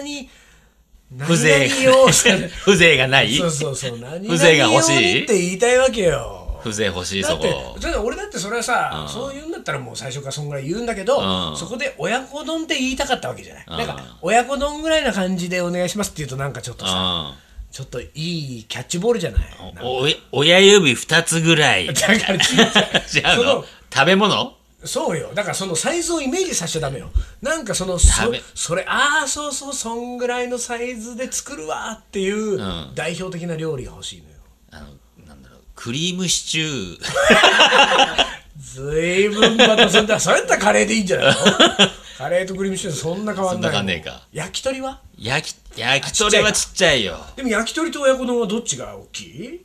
[SPEAKER 2] 風
[SPEAKER 1] 何
[SPEAKER 2] 情
[SPEAKER 1] 々
[SPEAKER 2] が
[SPEAKER 1] を
[SPEAKER 2] *laughs* 風情が *laughs* ない
[SPEAKER 1] そうそうそう何々
[SPEAKER 2] 風情が
[SPEAKER 1] 用
[SPEAKER 2] 欲しい
[SPEAKER 1] にって言いたいわけよ
[SPEAKER 2] 風情欲しい
[SPEAKER 1] だ
[SPEAKER 2] そ
[SPEAKER 1] っ
[SPEAKER 2] こ
[SPEAKER 1] てだって俺だってそれはさ、そう言うんだったらもう最初からそんぐらい言うんだけど、
[SPEAKER 2] うん
[SPEAKER 1] そこで親子丼って言いたかったわけじゃない、
[SPEAKER 2] ん
[SPEAKER 1] なんか親子丼ぐらいな感じでお願いしますって言うとなんかちょっとさ、
[SPEAKER 2] う
[SPEAKER 1] ちょっといいキャッチボールじゃない
[SPEAKER 2] んおえ親指2つぐらい違
[SPEAKER 1] *laughs*
[SPEAKER 2] う
[SPEAKER 1] だ
[SPEAKER 2] *laughs*
[SPEAKER 1] からちっちゃい
[SPEAKER 2] の食べ物
[SPEAKER 1] そうよだからそのサイズをイメージさせちゃダメよなんかそのそ
[SPEAKER 2] ダメ
[SPEAKER 1] それああそうそうそんぐらいのサイズで作るわっていう代表的な料理が欲しいのよ
[SPEAKER 2] あのなんだろうクリームシチュー *laughs*
[SPEAKER 1] ずいぶんまたそれだそれだったらカレーでいいんじ
[SPEAKER 2] *laughs*
[SPEAKER 1] ゃないのカレーとクリームシチューそんな変わんない
[SPEAKER 2] そんな変わんねえか
[SPEAKER 1] 焼き鳥は
[SPEAKER 2] 焼き焼き鳥はちっちゃいよ
[SPEAKER 1] でも焼き鳥と親子丼はどっちが大きい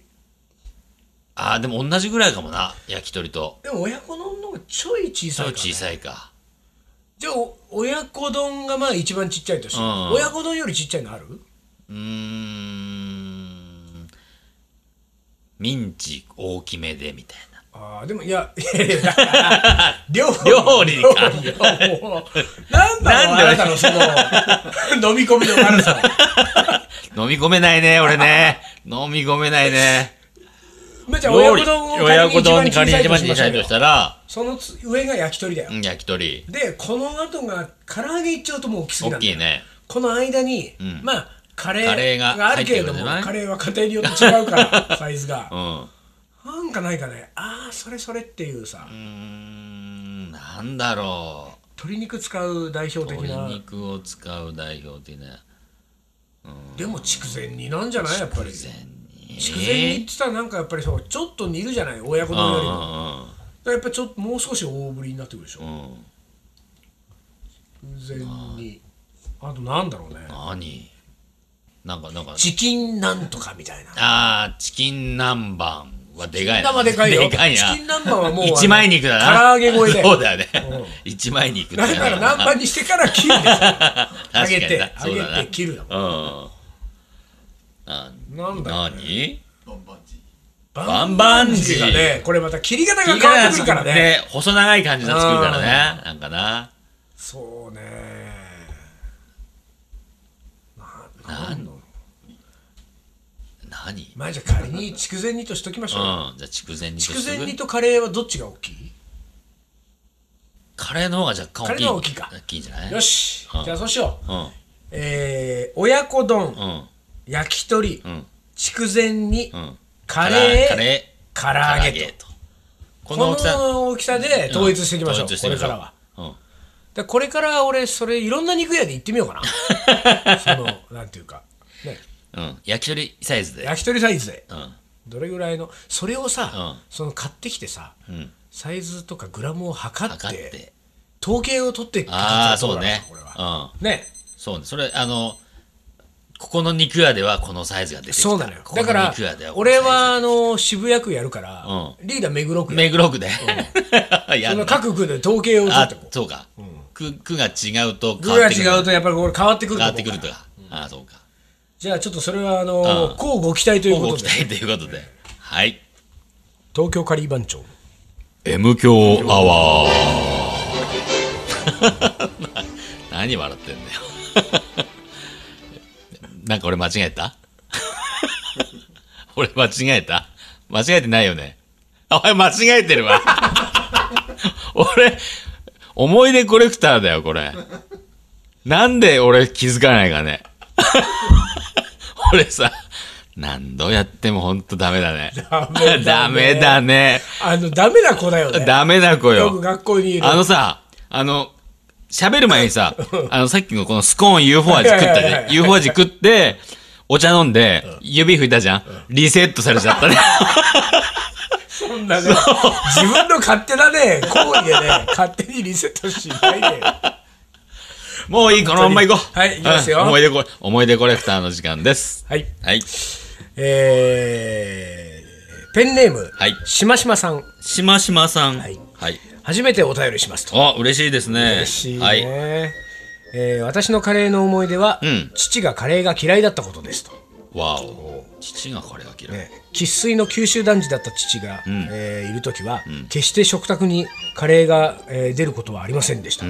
[SPEAKER 2] あーでも同じぐらいかもな焼き鳥と
[SPEAKER 1] でも親子丼の方がちょい小
[SPEAKER 2] ち
[SPEAKER 1] さいか
[SPEAKER 2] ょい
[SPEAKER 1] ら、
[SPEAKER 2] 小さいか
[SPEAKER 1] じゃあお親子丼がまあ一番ちっちゃいとして、
[SPEAKER 2] ん
[SPEAKER 1] 親子丼よりちっちゃいのある
[SPEAKER 2] うーんミンチ大きめでみたいな
[SPEAKER 1] ああでもい
[SPEAKER 2] *laughs*
[SPEAKER 1] やいやいやだから料
[SPEAKER 2] 料理か
[SPEAKER 1] 料理をもうなんだろうあ
[SPEAKER 2] な
[SPEAKER 1] なん
[SPEAKER 2] で
[SPEAKER 1] たのその飲み込みの悪さ
[SPEAKER 2] 飲み込めないね
[SPEAKER 1] *laughs*
[SPEAKER 2] 俺ね飲み込めないね
[SPEAKER 1] まあじゃあ親子丼を
[SPEAKER 2] 親子丼に仮に一番
[SPEAKER 1] 一
[SPEAKER 2] 小さいと
[SPEAKER 1] し
[SPEAKER 2] したたら
[SPEAKER 1] そのつ上が焼き鳥だよ
[SPEAKER 2] うん焼き鳥
[SPEAKER 1] でこの後が唐揚げいっちゃうともう大きすぎな
[SPEAKER 2] 大
[SPEAKER 1] んだ
[SPEAKER 2] き
[SPEAKER 1] よ
[SPEAKER 2] いね
[SPEAKER 1] この間にまあカレ
[SPEAKER 2] カレ
[SPEAKER 1] ー
[SPEAKER 2] ーが
[SPEAKER 1] があるけれども
[SPEAKER 2] 入って
[SPEAKER 1] カ
[SPEAKER 2] く
[SPEAKER 1] レーは家庭によって違うから
[SPEAKER 2] *laughs*
[SPEAKER 1] サイズが
[SPEAKER 2] うん
[SPEAKER 1] なんかないかねああそれそれっていうさ
[SPEAKER 2] うーんなんだろ
[SPEAKER 1] 鶏肉使う代表
[SPEAKER 2] う
[SPEAKER 1] 的
[SPEAKER 2] 鶏
[SPEAKER 1] な
[SPEAKER 2] 肉を使う代表的な
[SPEAKER 1] でも筑前煮なんじゃないやっぱり筑前煮って
[SPEAKER 2] え
[SPEAKER 1] 言ったらなんかやっぱりそうちょっと煮るじゃない親子
[SPEAKER 2] ー
[SPEAKER 1] 丼よりもだからやっぱちょっともう少し大ぶりになってくるでしょ
[SPEAKER 2] うんうんうん
[SPEAKER 1] 筑前煮あとなんだろうね
[SPEAKER 2] 何なんかなんか
[SPEAKER 1] チキンなんとかみたいな
[SPEAKER 2] あーチキン南蛮はでかいな
[SPEAKER 1] 生でかいよ
[SPEAKER 2] でかい
[SPEAKER 1] チ
[SPEAKER 2] な
[SPEAKER 1] キン南蛮はもうあの
[SPEAKER 2] 一枚肉だな
[SPEAKER 1] 唐揚げ超えだよ
[SPEAKER 2] *laughs* そうだよね一枚肉だ
[SPEAKER 1] なんなら南蛮にしてから切る
[SPEAKER 2] *laughs*
[SPEAKER 1] でしょ揚げて
[SPEAKER 2] 確か
[SPEAKER 1] 揚
[SPEAKER 2] にな
[SPEAKER 1] げて切るだもん
[SPEAKER 2] うん
[SPEAKER 1] なんだろうね
[SPEAKER 2] 何
[SPEAKER 1] バ
[SPEAKER 2] ンバンジー
[SPEAKER 1] バがねこれまた切り方が変わってくるからね
[SPEAKER 2] ね細長い感じの作るからねなんかな
[SPEAKER 1] そうねななんの
[SPEAKER 2] 何うん
[SPEAKER 1] まあじゃあ仮に筑前煮としときましょうよ
[SPEAKER 2] じゃあ筑前煮と
[SPEAKER 1] 筑
[SPEAKER 2] す
[SPEAKER 1] 前
[SPEAKER 2] ぐ
[SPEAKER 1] 煮とカレーはどっちが大きい
[SPEAKER 2] カレーの方が若干大きい
[SPEAKER 1] カレーの方が大きいか
[SPEAKER 2] 大きいんじゃない
[SPEAKER 1] よし
[SPEAKER 2] うん
[SPEAKER 1] じゃあそうしよう
[SPEAKER 2] うん
[SPEAKER 1] えー親子丼
[SPEAKER 2] うん
[SPEAKER 1] 焼き鳥
[SPEAKER 2] うん
[SPEAKER 1] 筑前煮
[SPEAKER 2] うん
[SPEAKER 1] カレー
[SPEAKER 2] カレ
[SPEAKER 1] 唐揚
[SPEAKER 2] ー唐
[SPEAKER 1] げ
[SPEAKER 2] 揚
[SPEAKER 1] と
[SPEAKER 2] げと
[SPEAKER 1] こ
[SPEAKER 2] こ
[SPEAKER 1] の
[SPEAKER 2] の大きさ
[SPEAKER 1] 大きさで統一していきましょう
[SPEAKER 2] 統一
[SPEAKER 1] こ
[SPEAKER 2] てい
[SPEAKER 1] れ
[SPEAKER 2] きまし
[SPEAKER 1] から
[SPEAKER 2] ょう
[SPEAKER 1] は
[SPEAKER 2] うん
[SPEAKER 1] でこれから俺それいろんな肉屋で行ってみようか
[SPEAKER 2] *laughs*
[SPEAKER 1] なそのなんていうか、ね、
[SPEAKER 2] うん焼き鳥サイズで
[SPEAKER 1] 焼き鳥サイズで
[SPEAKER 2] うん
[SPEAKER 1] どれぐらいのそれをさ、
[SPEAKER 2] うん
[SPEAKER 1] その買ってきてさ、
[SPEAKER 2] ん
[SPEAKER 1] サイズとかグラムを測って
[SPEAKER 2] 測って
[SPEAKER 1] 統計を取ってって
[SPEAKER 2] あ
[SPEAKER 1] 形
[SPEAKER 2] あ、
[SPEAKER 1] は
[SPEAKER 2] そ
[SPEAKER 1] ど
[SPEAKER 2] う
[SPEAKER 1] なの
[SPEAKER 2] ね
[SPEAKER 1] か。これ
[SPEAKER 2] う
[SPEAKER 1] は、
[SPEAKER 2] ん。
[SPEAKER 1] ね
[SPEAKER 2] そうね。それ、あの、ここの肉屋ではこのサイズが出てきた。
[SPEAKER 1] そうなのよ
[SPEAKER 2] ここ
[SPEAKER 1] だか
[SPEAKER 2] の
[SPEAKER 1] ら
[SPEAKER 2] 肉屋ではこのサイ
[SPEAKER 1] 俺
[SPEAKER 2] ズ
[SPEAKER 1] はあの渋谷区やるから、
[SPEAKER 2] う
[SPEAKER 1] リーダー目黒区や
[SPEAKER 2] 目黒区で。 *laughs* や
[SPEAKER 1] そ
[SPEAKER 2] ん
[SPEAKER 1] の
[SPEAKER 2] の
[SPEAKER 1] 各区で統計を取っ
[SPEAKER 2] あ
[SPEAKER 1] てこう、
[SPEAKER 2] そうか。区区が違うと
[SPEAKER 1] 区が
[SPEAKER 2] 変
[SPEAKER 1] 違
[SPEAKER 2] わ
[SPEAKER 1] う
[SPEAKER 2] っ
[SPEAKER 1] とやっぱりこれ変わってくると思う
[SPEAKER 2] てくる
[SPEAKER 1] から
[SPEAKER 2] とか。ああ、そうか。 *laughs*
[SPEAKER 1] じゃあちょっとそれはあの乞うご期待という
[SPEAKER 2] 乞う
[SPEAKER 1] こ
[SPEAKER 2] ご
[SPEAKER 1] と
[SPEAKER 2] 期
[SPEAKER 1] で
[SPEAKER 2] 待ということで。はい。
[SPEAKER 1] 東京カリー番長
[SPEAKER 2] M 強アワー。 *laughs* 何笑ってんだよ。 *laughs* なんか俺間違えた *laughs* 俺間違えた間違えてないよね。あ、俺間違えてるわ。 *laughs* 俺、思い出コレクターだよ、これ。なんで俺気づかないかね。 *laughs* 俺さ、何度やってもほんとダメだね。
[SPEAKER 1] ダメだね
[SPEAKER 2] *laughs* ダメだね。
[SPEAKER 1] あのダメな子だよね
[SPEAKER 2] *laughs* ダメだ子
[SPEAKER 1] よく
[SPEAKER 2] よ。
[SPEAKER 1] 学校にいる
[SPEAKER 2] あのさ、あの、喋る前にさ、あの、さっきのこのスコーン UFO 味食っ
[SPEAKER 1] はいはい
[SPEAKER 2] た
[SPEAKER 1] は
[SPEAKER 2] じゃん。UFO 味食って、お茶飲んで、指拭いたじゃん。リセットされちゃっ
[SPEAKER 1] *laughs*
[SPEAKER 2] たね。
[SPEAKER 1] そん
[SPEAKER 2] *laughs*
[SPEAKER 1] なね、自分の勝手なね、行為でね、勝手にリセットしないで。
[SPEAKER 2] もういい、このまんま行こう。
[SPEAKER 1] はい行きますよ
[SPEAKER 2] うん思い出コレ、思い出コレクターの時間です。
[SPEAKER 1] はい。
[SPEAKER 2] はい。
[SPEAKER 1] えー、ペンネーム、
[SPEAKER 2] はい
[SPEAKER 1] しましまさん、
[SPEAKER 2] しましまさん。
[SPEAKER 1] は
[SPEAKER 2] はいい。
[SPEAKER 1] 初めてお便りしますと。
[SPEAKER 2] あ、嬉しいですね。
[SPEAKER 1] 嬉しいね。
[SPEAKER 2] はい。
[SPEAKER 1] えー私のカレーの思い出は、
[SPEAKER 2] うん
[SPEAKER 1] 父がカレーが嫌いだったことですと。
[SPEAKER 2] わお。父がこれが嫌い。
[SPEAKER 1] ね生粋の九州男児だった父が、えーいる時は、決して食卓にカレーが、えー出ることはありませんでした、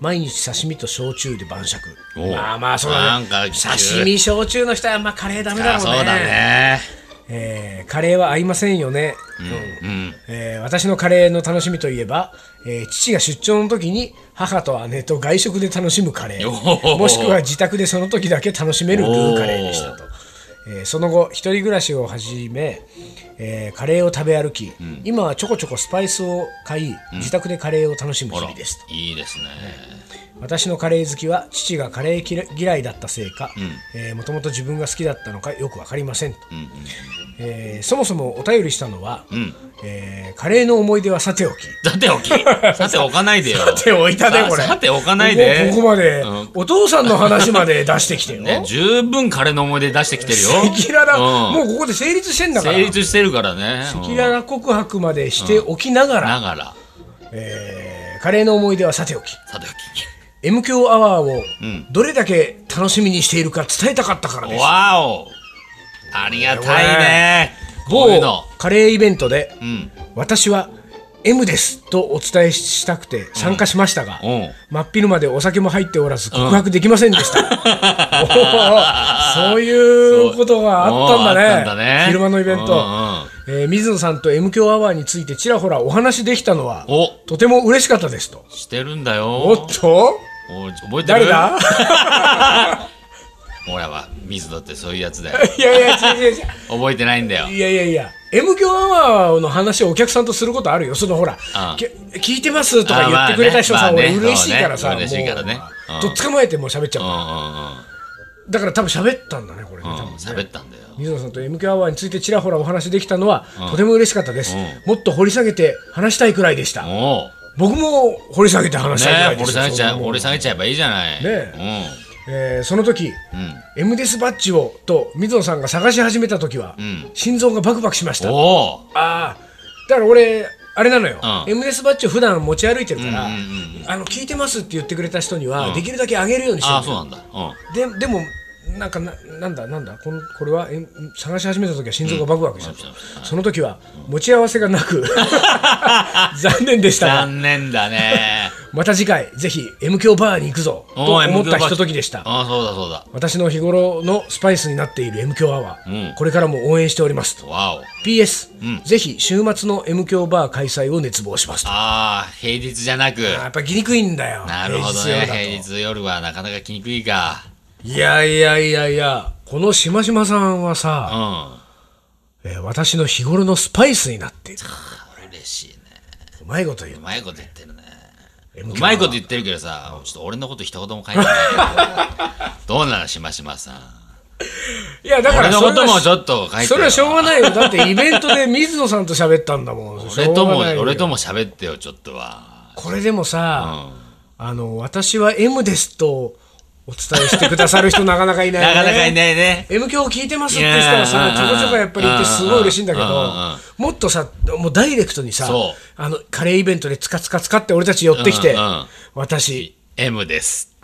[SPEAKER 1] 毎日刺身と焼酎で晩酌
[SPEAKER 2] おう
[SPEAKER 1] まあまあそう
[SPEAKER 2] な
[SPEAKER 1] だね
[SPEAKER 2] んか
[SPEAKER 1] 刺身焼酎の人はあんまカレーダメだろ
[SPEAKER 2] あ、
[SPEAKER 1] う
[SPEAKER 2] そ
[SPEAKER 1] ね
[SPEAKER 2] うだね。
[SPEAKER 1] えーカレーは合いませんよね、うん
[SPEAKER 2] うん。
[SPEAKER 1] えー私のカレーの楽しみといえば、えー父が出張の時に母と姉と外食で楽しむカレー
[SPEAKER 2] おお
[SPEAKER 1] もしくは自宅でその時だけ楽しめるルーカレーでしたと、えーその後一人暮らしを始め、えーカレーを食べ歩き、今はちょこちょこスパイスを買い自宅でカレーを楽しむ
[SPEAKER 2] あ
[SPEAKER 1] 日
[SPEAKER 2] ら
[SPEAKER 1] 々ですと、
[SPEAKER 2] いいですね。
[SPEAKER 1] 私のカレー好きは父がカレー嫌嫌いだったせいかもともと自分が好きだったのかよく分かりませんと、えーそもそもお便りしたのは、えーカレーの思い出はさておき
[SPEAKER 2] さて
[SPEAKER 1] *laughs*
[SPEAKER 2] おき。さておかないでよ。
[SPEAKER 1] さておいたね
[SPEAKER 2] *laughs* さ
[SPEAKER 1] これ
[SPEAKER 2] さておかない
[SPEAKER 1] ここ
[SPEAKER 2] で。
[SPEAKER 1] ここまで、
[SPEAKER 2] うん
[SPEAKER 1] お父さんの話まで出してきてよ
[SPEAKER 2] *laughs* ね、十分彼の思い出出してきてるよ。
[SPEAKER 1] 赤裸々、
[SPEAKER 2] うん
[SPEAKER 1] もうここで成立してんだから
[SPEAKER 2] 成立してるからね。
[SPEAKER 1] 赤
[SPEAKER 2] うん
[SPEAKER 1] 裸々告白までしておきながら、
[SPEAKER 2] ながら、
[SPEAKER 1] えーカレーの思い出はさておき
[SPEAKER 2] さておき。
[SPEAKER 1] M 強アワーを
[SPEAKER 2] ん
[SPEAKER 1] どれだけ楽しみにしているか伝えたかったからです、
[SPEAKER 2] わおありがたいね。こういうの
[SPEAKER 1] 某。カレーイベントで、
[SPEAKER 2] うん。
[SPEAKER 1] 私は M ですとお伝えしたくて参加しましたが、
[SPEAKER 2] うんうん
[SPEAKER 1] 真っ昼までお酒も入っておらず告白できませんで
[SPEAKER 2] *laughs*
[SPEAKER 1] した、おおそういうことがあったんだね
[SPEAKER 2] そうあったんだね
[SPEAKER 1] 昼間のイベント、
[SPEAKER 2] う
[SPEAKER 1] えー水野さんと M 強アワーについてちらほらお話できたのは
[SPEAKER 2] お
[SPEAKER 1] とても嬉しかったですと
[SPEAKER 2] してるんだ
[SPEAKER 1] お
[SPEAKER 2] よ
[SPEAKER 1] っ。と
[SPEAKER 2] お覚えて
[SPEAKER 1] 誰
[SPEAKER 2] る *laughs*
[SPEAKER 1] だ
[SPEAKER 2] ほらは、水野ってそういうやつだよ。
[SPEAKER 1] いやいや違う違う違う
[SPEAKER 2] 覚えてないんだよ。
[SPEAKER 1] いやいやいや M 強アワーの話をお客さんとすることあるよそのほら
[SPEAKER 2] ああ
[SPEAKER 1] け聞いてますとか言ってくれた人さ、
[SPEAKER 2] ああまあね
[SPEAKER 1] 俺嬉しいからさ、
[SPEAKER 2] まあねそうね嬉しいからね
[SPEAKER 1] も
[SPEAKER 2] う
[SPEAKER 1] うんとっ捕まえてもう喋っちゃう
[SPEAKER 2] う
[SPEAKER 1] か
[SPEAKER 2] ん
[SPEAKER 1] ら、
[SPEAKER 2] う
[SPEAKER 1] だから多分喋ったんだねこれね、
[SPEAKER 2] んうん。
[SPEAKER 1] 多
[SPEAKER 2] う
[SPEAKER 1] 分
[SPEAKER 2] ん、喋
[SPEAKER 1] ね
[SPEAKER 2] ったんだよ。
[SPEAKER 1] 水野さんと M 強アワーについてちらほらお話できたのは、とても嬉しかったです、
[SPEAKER 2] う
[SPEAKER 1] もっと掘り下げて話したいくらいでした、
[SPEAKER 2] おう
[SPEAKER 1] 僕も掘り下げて話したいくらいで
[SPEAKER 2] ねえ、掘り
[SPEAKER 1] した、
[SPEAKER 2] 下げちゃ
[SPEAKER 1] そんなもん
[SPEAKER 2] 掘り下げちゃえばいいじゃない。
[SPEAKER 1] ねえーその時、M デスバッジをと水野さんが探し始めた時は、
[SPEAKER 2] ん
[SPEAKER 1] 心臓がバクバクしまし
[SPEAKER 2] うん。
[SPEAKER 1] た
[SPEAKER 2] おお
[SPEAKER 1] ああだから俺あれなのよ、
[SPEAKER 2] うん
[SPEAKER 1] MS バッジを普段持ち歩いてるから、
[SPEAKER 2] うんうん
[SPEAKER 1] あの聞いてますって言ってくれた人には、できるだけあげるようにして
[SPEAKER 2] あ
[SPEAKER 1] る
[SPEAKER 2] あ、そうんなんだ。うん。
[SPEAKER 1] だよででもなんかななんだなんだこのこれは、え探し始めた時は心臓がバクバクした、
[SPEAKER 2] うん
[SPEAKER 1] その時は持ち合わせがな
[SPEAKER 2] *laughs*
[SPEAKER 1] く残念でした
[SPEAKER 2] 残念だね。 *laughs*
[SPEAKER 1] また次回ぜひ M 強バーに行くぞと
[SPEAKER 2] おー
[SPEAKER 1] 思ったひ
[SPEAKER 2] M
[SPEAKER 1] とときでした
[SPEAKER 2] ああ、そうだそうだ。
[SPEAKER 1] 私の日頃のスパイスになっている M 強アワー、
[SPEAKER 2] うん
[SPEAKER 1] これからも応援しておりますと
[SPEAKER 2] わお。
[SPEAKER 1] PS、ぜひ週末の M 強バー開催を熱望しますと
[SPEAKER 2] ああ、平日じゃなく。
[SPEAKER 1] あやっぱり来にくいんだよ。
[SPEAKER 2] なるほど
[SPEAKER 1] 平
[SPEAKER 2] ね。
[SPEAKER 1] 日夜だと
[SPEAKER 2] 平日夜はなかなか来にくいか。
[SPEAKER 1] いやいやいやいや、このしましまさんは
[SPEAKER 2] う
[SPEAKER 1] さ、
[SPEAKER 2] ん。
[SPEAKER 1] えー私の日頃のスパイスになっている。
[SPEAKER 2] 嬉しいね。
[SPEAKER 1] うまいこと言う
[SPEAKER 2] う。まいこと言ってるね。
[SPEAKER 1] M
[SPEAKER 2] う
[SPEAKER 1] 響
[SPEAKER 2] まいこと言ってるけどさ、ちょっと俺のこと一言も書いてない。どうなの、しましまさん。
[SPEAKER 1] いやだから
[SPEAKER 2] 俺の
[SPEAKER 1] それは
[SPEAKER 2] こともちょっと書いてよ
[SPEAKER 1] それはしょうがないよだってイベントで水野さんと喋ったんだもん
[SPEAKER 2] *laughs* 俺とも俺と
[SPEAKER 1] も
[SPEAKER 2] も喋ってよちょっとは
[SPEAKER 1] これでもさ、あの私は M ですとお伝えしてくださる人なかなかいない
[SPEAKER 2] な
[SPEAKER 1] よね
[SPEAKER 2] かなかいないね
[SPEAKER 1] M 響を聞いてますって人が
[SPEAKER 2] い
[SPEAKER 1] さ
[SPEAKER 2] やー
[SPEAKER 1] ちょこちょこやっぱりいてすごい嬉しいんだけ
[SPEAKER 2] うんうんうんうん
[SPEAKER 1] どもっとさもうダイレクトにさ
[SPEAKER 2] そう
[SPEAKER 1] あのカレーイベントでつかつかつかって俺たち寄ってきて
[SPEAKER 2] うんうん
[SPEAKER 1] 私 *laughs*
[SPEAKER 2] M です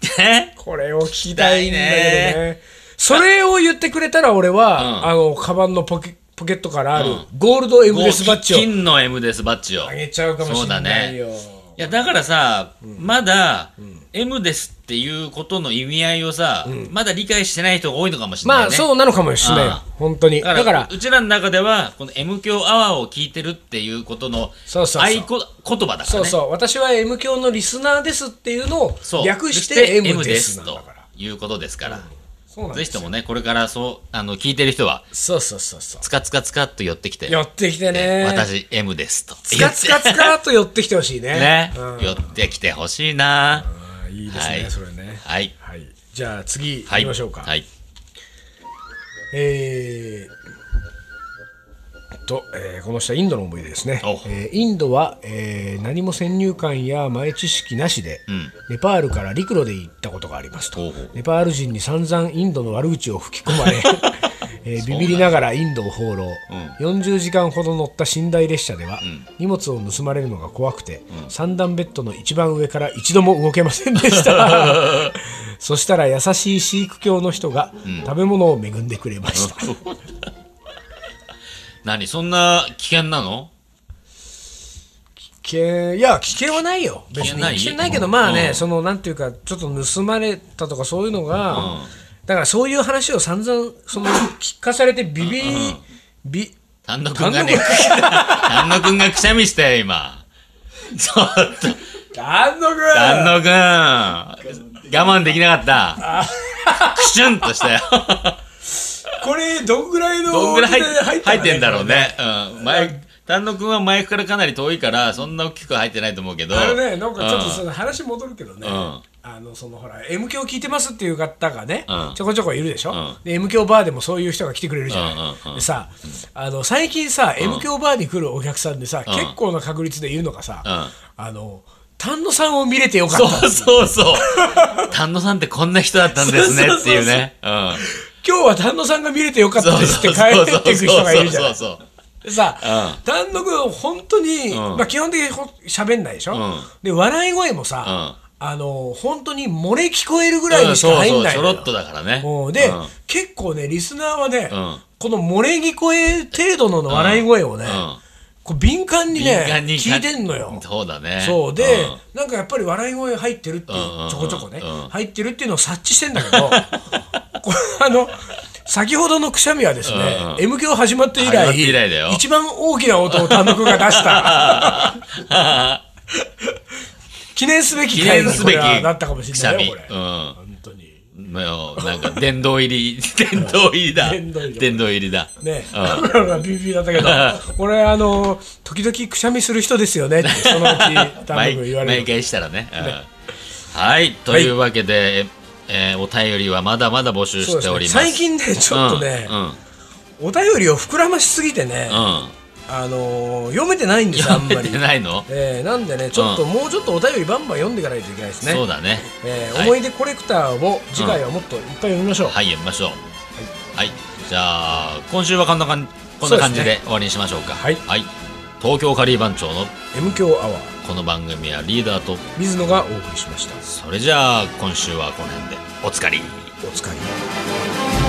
[SPEAKER 1] これを聞きたいんだけど
[SPEAKER 2] 聞きたい
[SPEAKER 1] ねそれを言ってくれたら俺はあのカバンのポケポケットからあるゴールド M
[SPEAKER 2] もう
[SPEAKER 1] ですバッジを
[SPEAKER 2] 金の M ですバッジを
[SPEAKER 1] あげちゃうかもしれないよ
[SPEAKER 2] そうだねいやだからさ、まだ M ですっていうことの意味合いをさ、まだ理解してない人が多いのかもしれない、ね、
[SPEAKER 1] まあそうなのかもしれないよ
[SPEAKER 2] あ
[SPEAKER 1] 本当に
[SPEAKER 2] だから
[SPEAKER 1] だから
[SPEAKER 2] うちらの中ではこの M 響アワーを聞いてるっていうことの
[SPEAKER 1] そうそうそう
[SPEAKER 2] 合いこ言葉だからね
[SPEAKER 1] そうそう私は M 響のリスナーですっていうのを
[SPEAKER 2] そう
[SPEAKER 1] 略し
[SPEAKER 2] そ
[SPEAKER 1] て M ですなんだ
[SPEAKER 2] と
[SPEAKER 1] から
[SPEAKER 2] いうことですから、
[SPEAKER 1] そうなん
[SPEAKER 2] ぜ
[SPEAKER 1] で
[SPEAKER 2] ひ
[SPEAKER 1] すよ
[SPEAKER 2] ともねこれからそうあの聞いてる人は
[SPEAKER 1] そうそうそうそう
[SPEAKER 2] つかつかつかっと寄ってきて
[SPEAKER 1] 寄ってきてね。
[SPEAKER 2] 私 M ですと
[SPEAKER 1] つかつかつかっと寄ってきてほしいね。
[SPEAKER 2] ね、
[SPEAKER 1] うん
[SPEAKER 2] 寄ってきてほしいな
[SPEAKER 1] あいいですね、
[SPEAKER 2] はい
[SPEAKER 1] それね。
[SPEAKER 2] はい
[SPEAKER 1] はい。じゃあ次行
[SPEAKER 2] はい
[SPEAKER 1] きましょうか。
[SPEAKER 2] はい *laughs*
[SPEAKER 1] えーとえーこの下インドの思い出ですね、
[SPEAKER 2] お
[SPEAKER 1] えーインドは、えー何も先入観や前知識なしで、ネパールから陸路で行ったことがありますと
[SPEAKER 2] ほうほう
[SPEAKER 1] ネパール人に散々インドの悪口を吹き込ま
[SPEAKER 2] *laughs*
[SPEAKER 1] れ、えービビりながらインドを放浪、40時間ほど乗った寝台列車では、荷物を盗まれるのが怖くて、三段ベッドの一番上から一度も動けませんでした
[SPEAKER 2] *laughs*
[SPEAKER 1] そしたら優しい飼育教の人が、食べ物を恵んでくれました
[SPEAKER 2] 何そんな危険なの
[SPEAKER 1] 危険いや危険はないよ別
[SPEAKER 2] 険
[SPEAKER 1] に
[SPEAKER 2] ない
[SPEAKER 1] 危険ないけど
[SPEAKER 2] うん
[SPEAKER 1] まあね、
[SPEAKER 2] うん
[SPEAKER 1] そのなんていうかちょっと盗まれたとかそういうのが、だからそういう話を散々その聞かされてビビ、ビ
[SPEAKER 2] 丹野くんがね丹野くんがくしゃみしたよ今ちょっと
[SPEAKER 1] 丹野君
[SPEAKER 2] 丹野くん我慢できなかったクシュンとしたよ
[SPEAKER 1] これ *laughs* どんぐらいの
[SPEAKER 2] どんぐらい
[SPEAKER 1] 時代
[SPEAKER 2] 入っ入ってんだろう
[SPEAKER 1] ね
[SPEAKER 2] ね。うん。前、丹野くんはマイクからかなり遠いから、そんな大きくは入ってないと思うけど。
[SPEAKER 1] あのねなんかちょっと
[SPEAKER 2] うん
[SPEAKER 1] その話戻るけどね、
[SPEAKER 2] うん
[SPEAKER 1] あのそのほら M 響聞いてますっていう方がね、
[SPEAKER 2] うん
[SPEAKER 1] ちょこちょこいるでしょ、
[SPEAKER 2] ん
[SPEAKER 1] で M 響バーでもそういう人が来てくれるじゃない、
[SPEAKER 2] うんうんうん
[SPEAKER 1] でさあの最近さ、M 響バーに来るお客さんでさ、結構な確率で言うのがさ、
[SPEAKER 2] う
[SPEAKER 1] あの丹野さんを見れてよかった
[SPEAKER 2] そうそうそう。丹野さんってこんな人だったんですねってい
[SPEAKER 1] *laughs*
[SPEAKER 2] うね。うん。
[SPEAKER 1] 今日は丹野さんが見れてよかっ
[SPEAKER 2] そ
[SPEAKER 1] た
[SPEAKER 2] う
[SPEAKER 1] ですって
[SPEAKER 2] そう
[SPEAKER 1] 帰
[SPEAKER 2] そう
[SPEAKER 1] っ
[SPEAKER 2] そ
[SPEAKER 1] て
[SPEAKER 2] う
[SPEAKER 1] く人がいるじゃな
[SPEAKER 2] そ。
[SPEAKER 1] いう
[SPEAKER 2] そう。
[SPEAKER 1] でさ、
[SPEAKER 2] う
[SPEAKER 1] 単独本当に、まあ、基本的にほ喋んないでしょ、で笑い声もさ、あの本当に漏れ聞こえるぐらい
[SPEAKER 2] うん
[SPEAKER 1] にしか
[SPEAKER 2] そう
[SPEAKER 1] 入
[SPEAKER 2] そ
[SPEAKER 1] ん
[SPEAKER 2] う、
[SPEAKER 1] ない
[SPEAKER 2] ちょ
[SPEAKER 1] の
[SPEAKER 2] ろ
[SPEAKER 1] よ
[SPEAKER 2] っとだからね。
[SPEAKER 1] うんで、
[SPEAKER 2] うん
[SPEAKER 1] 結構ねリスナーはね、
[SPEAKER 2] ん
[SPEAKER 1] この漏れ聞こえ程度の笑い声をね、
[SPEAKER 2] うん
[SPEAKER 1] こう敏感にね
[SPEAKER 2] 敏感に
[SPEAKER 1] 聞いてんのよ。
[SPEAKER 2] そうだね。
[SPEAKER 1] そうで、
[SPEAKER 2] ん
[SPEAKER 1] なんかやっぱり笑い声入ってるっていう、
[SPEAKER 2] うんうん
[SPEAKER 1] ちょこちょこね、
[SPEAKER 2] うん
[SPEAKER 1] 入ってるっていうのを察知してんだ
[SPEAKER 2] *laughs*
[SPEAKER 1] けどこれあの先ほどのくしゃみはですね、
[SPEAKER 2] うんうん
[SPEAKER 1] M 響始まって以
[SPEAKER 2] 始ま
[SPEAKER 1] 来
[SPEAKER 2] って以来だ
[SPEAKER 1] *laughs*
[SPEAKER 2] よ
[SPEAKER 1] 一番大きな音を単独が出した
[SPEAKER 2] *laughs*
[SPEAKER 1] 記念すべき
[SPEAKER 2] 記
[SPEAKER 1] 回
[SPEAKER 2] 念
[SPEAKER 1] に
[SPEAKER 2] す
[SPEAKER 1] こ
[SPEAKER 2] べ
[SPEAKER 1] れ
[SPEAKER 2] き。
[SPEAKER 1] はなったかもしれないねこ
[SPEAKER 2] く
[SPEAKER 1] れ、
[SPEAKER 2] しゃ
[SPEAKER 1] 本当に。
[SPEAKER 2] みうん。もうなんか殿堂入り、 *laughs* 殿堂入りだ。
[SPEAKER 1] 殿堂入り
[SPEAKER 2] 殿堂入りだ。
[SPEAKER 1] ね、 *laughs* 僕らはビリビリだったけど、俺、あの、時々くしゃみする人ですよねって、そのうち、多
[SPEAKER 2] 毎
[SPEAKER 1] 分言われ
[SPEAKER 2] 毎
[SPEAKER 1] る。
[SPEAKER 2] 回したらね。うんはい、というわけで、えーお便りはまだまだ募集
[SPEAKER 1] そうで
[SPEAKER 2] して
[SPEAKER 1] す
[SPEAKER 2] お
[SPEAKER 1] ね、
[SPEAKER 2] ります。
[SPEAKER 1] 最近ね、ちょっとね、
[SPEAKER 2] うん、うん
[SPEAKER 1] お便りを膨らましすぎてね、
[SPEAKER 2] うん
[SPEAKER 1] あの読めてないんです、あんま
[SPEAKER 2] 読
[SPEAKER 1] り
[SPEAKER 2] めて。ないの、
[SPEAKER 1] えーなんでね、ちょっと、もうちょっとお便りバンバン読んでいかないといけないですね。
[SPEAKER 2] そうだね。
[SPEAKER 1] えー
[SPEAKER 2] はい
[SPEAKER 1] 思い出コレクターを次回はもっといっぱい読みましょう。
[SPEAKER 2] はい、読みましょう。はい、じゃあ、今週はこんな感じ、こんな感じ
[SPEAKER 1] そうで
[SPEAKER 2] で終わりにしましょうか。
[SPEAKER 1] はい
[SPEAKER 2] 東京カリー番長の
[SPEAKER 1] M 強アワー、
[SPEAKER 2] この番組はリーダーと、
[SPEAKER 1] 水野がお送りしました。
[SPEAKER 2] それじゃあ、今週はこの辺で、おつかり。
[SPEAKER 1] お疲れ。